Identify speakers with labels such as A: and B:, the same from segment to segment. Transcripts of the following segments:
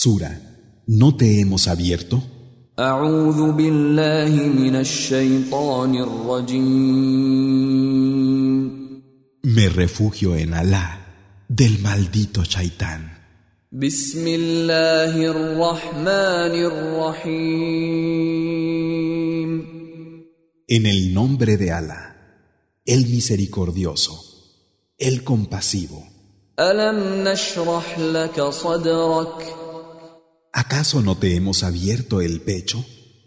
A: Sura, ¿no te hemos abierto?
B: أعوذ بالله من الشيطان الرجيم
A: Me refugio en Alá, del maldito Shaitán.
B: بسم الله الرحمن الرحيم
A: En el nombre de Alá, el misericordioso, el compasivo.
B: ألم نشرح لك صدرك
A: ¿Acaso no te hemos abierto el pecho?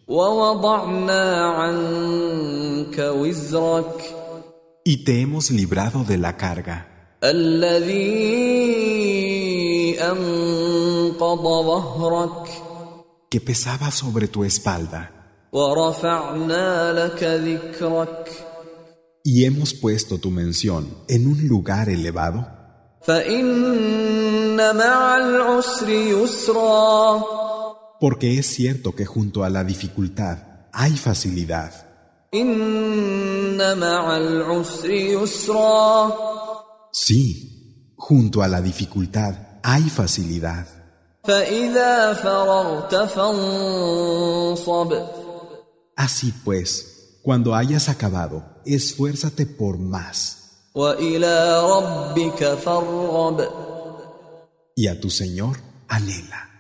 B: ووضعنا عنك وزرك
A: Y te hemos librado de la carga,
B: الذي أنقض ظهرك
A: que pesaba sobre tu espalda,
B: ورفعنا لك ذكرك
A: y hemos puesto tu mención en un lugar elevado.
B: فإن مع العسر يسرا
A: Porque es cierto que junto a la dificultad hay facilidad.
B: إن مع العسر يسرا
A: Sí, junto a la dificultad hay facilidad.
B: فإذا فرغت فانصب
A: Así pues, cuando hayas acabado, esfuérzate por más,
B: وإلى ربك فارغب
A: y a tu Señor anhela.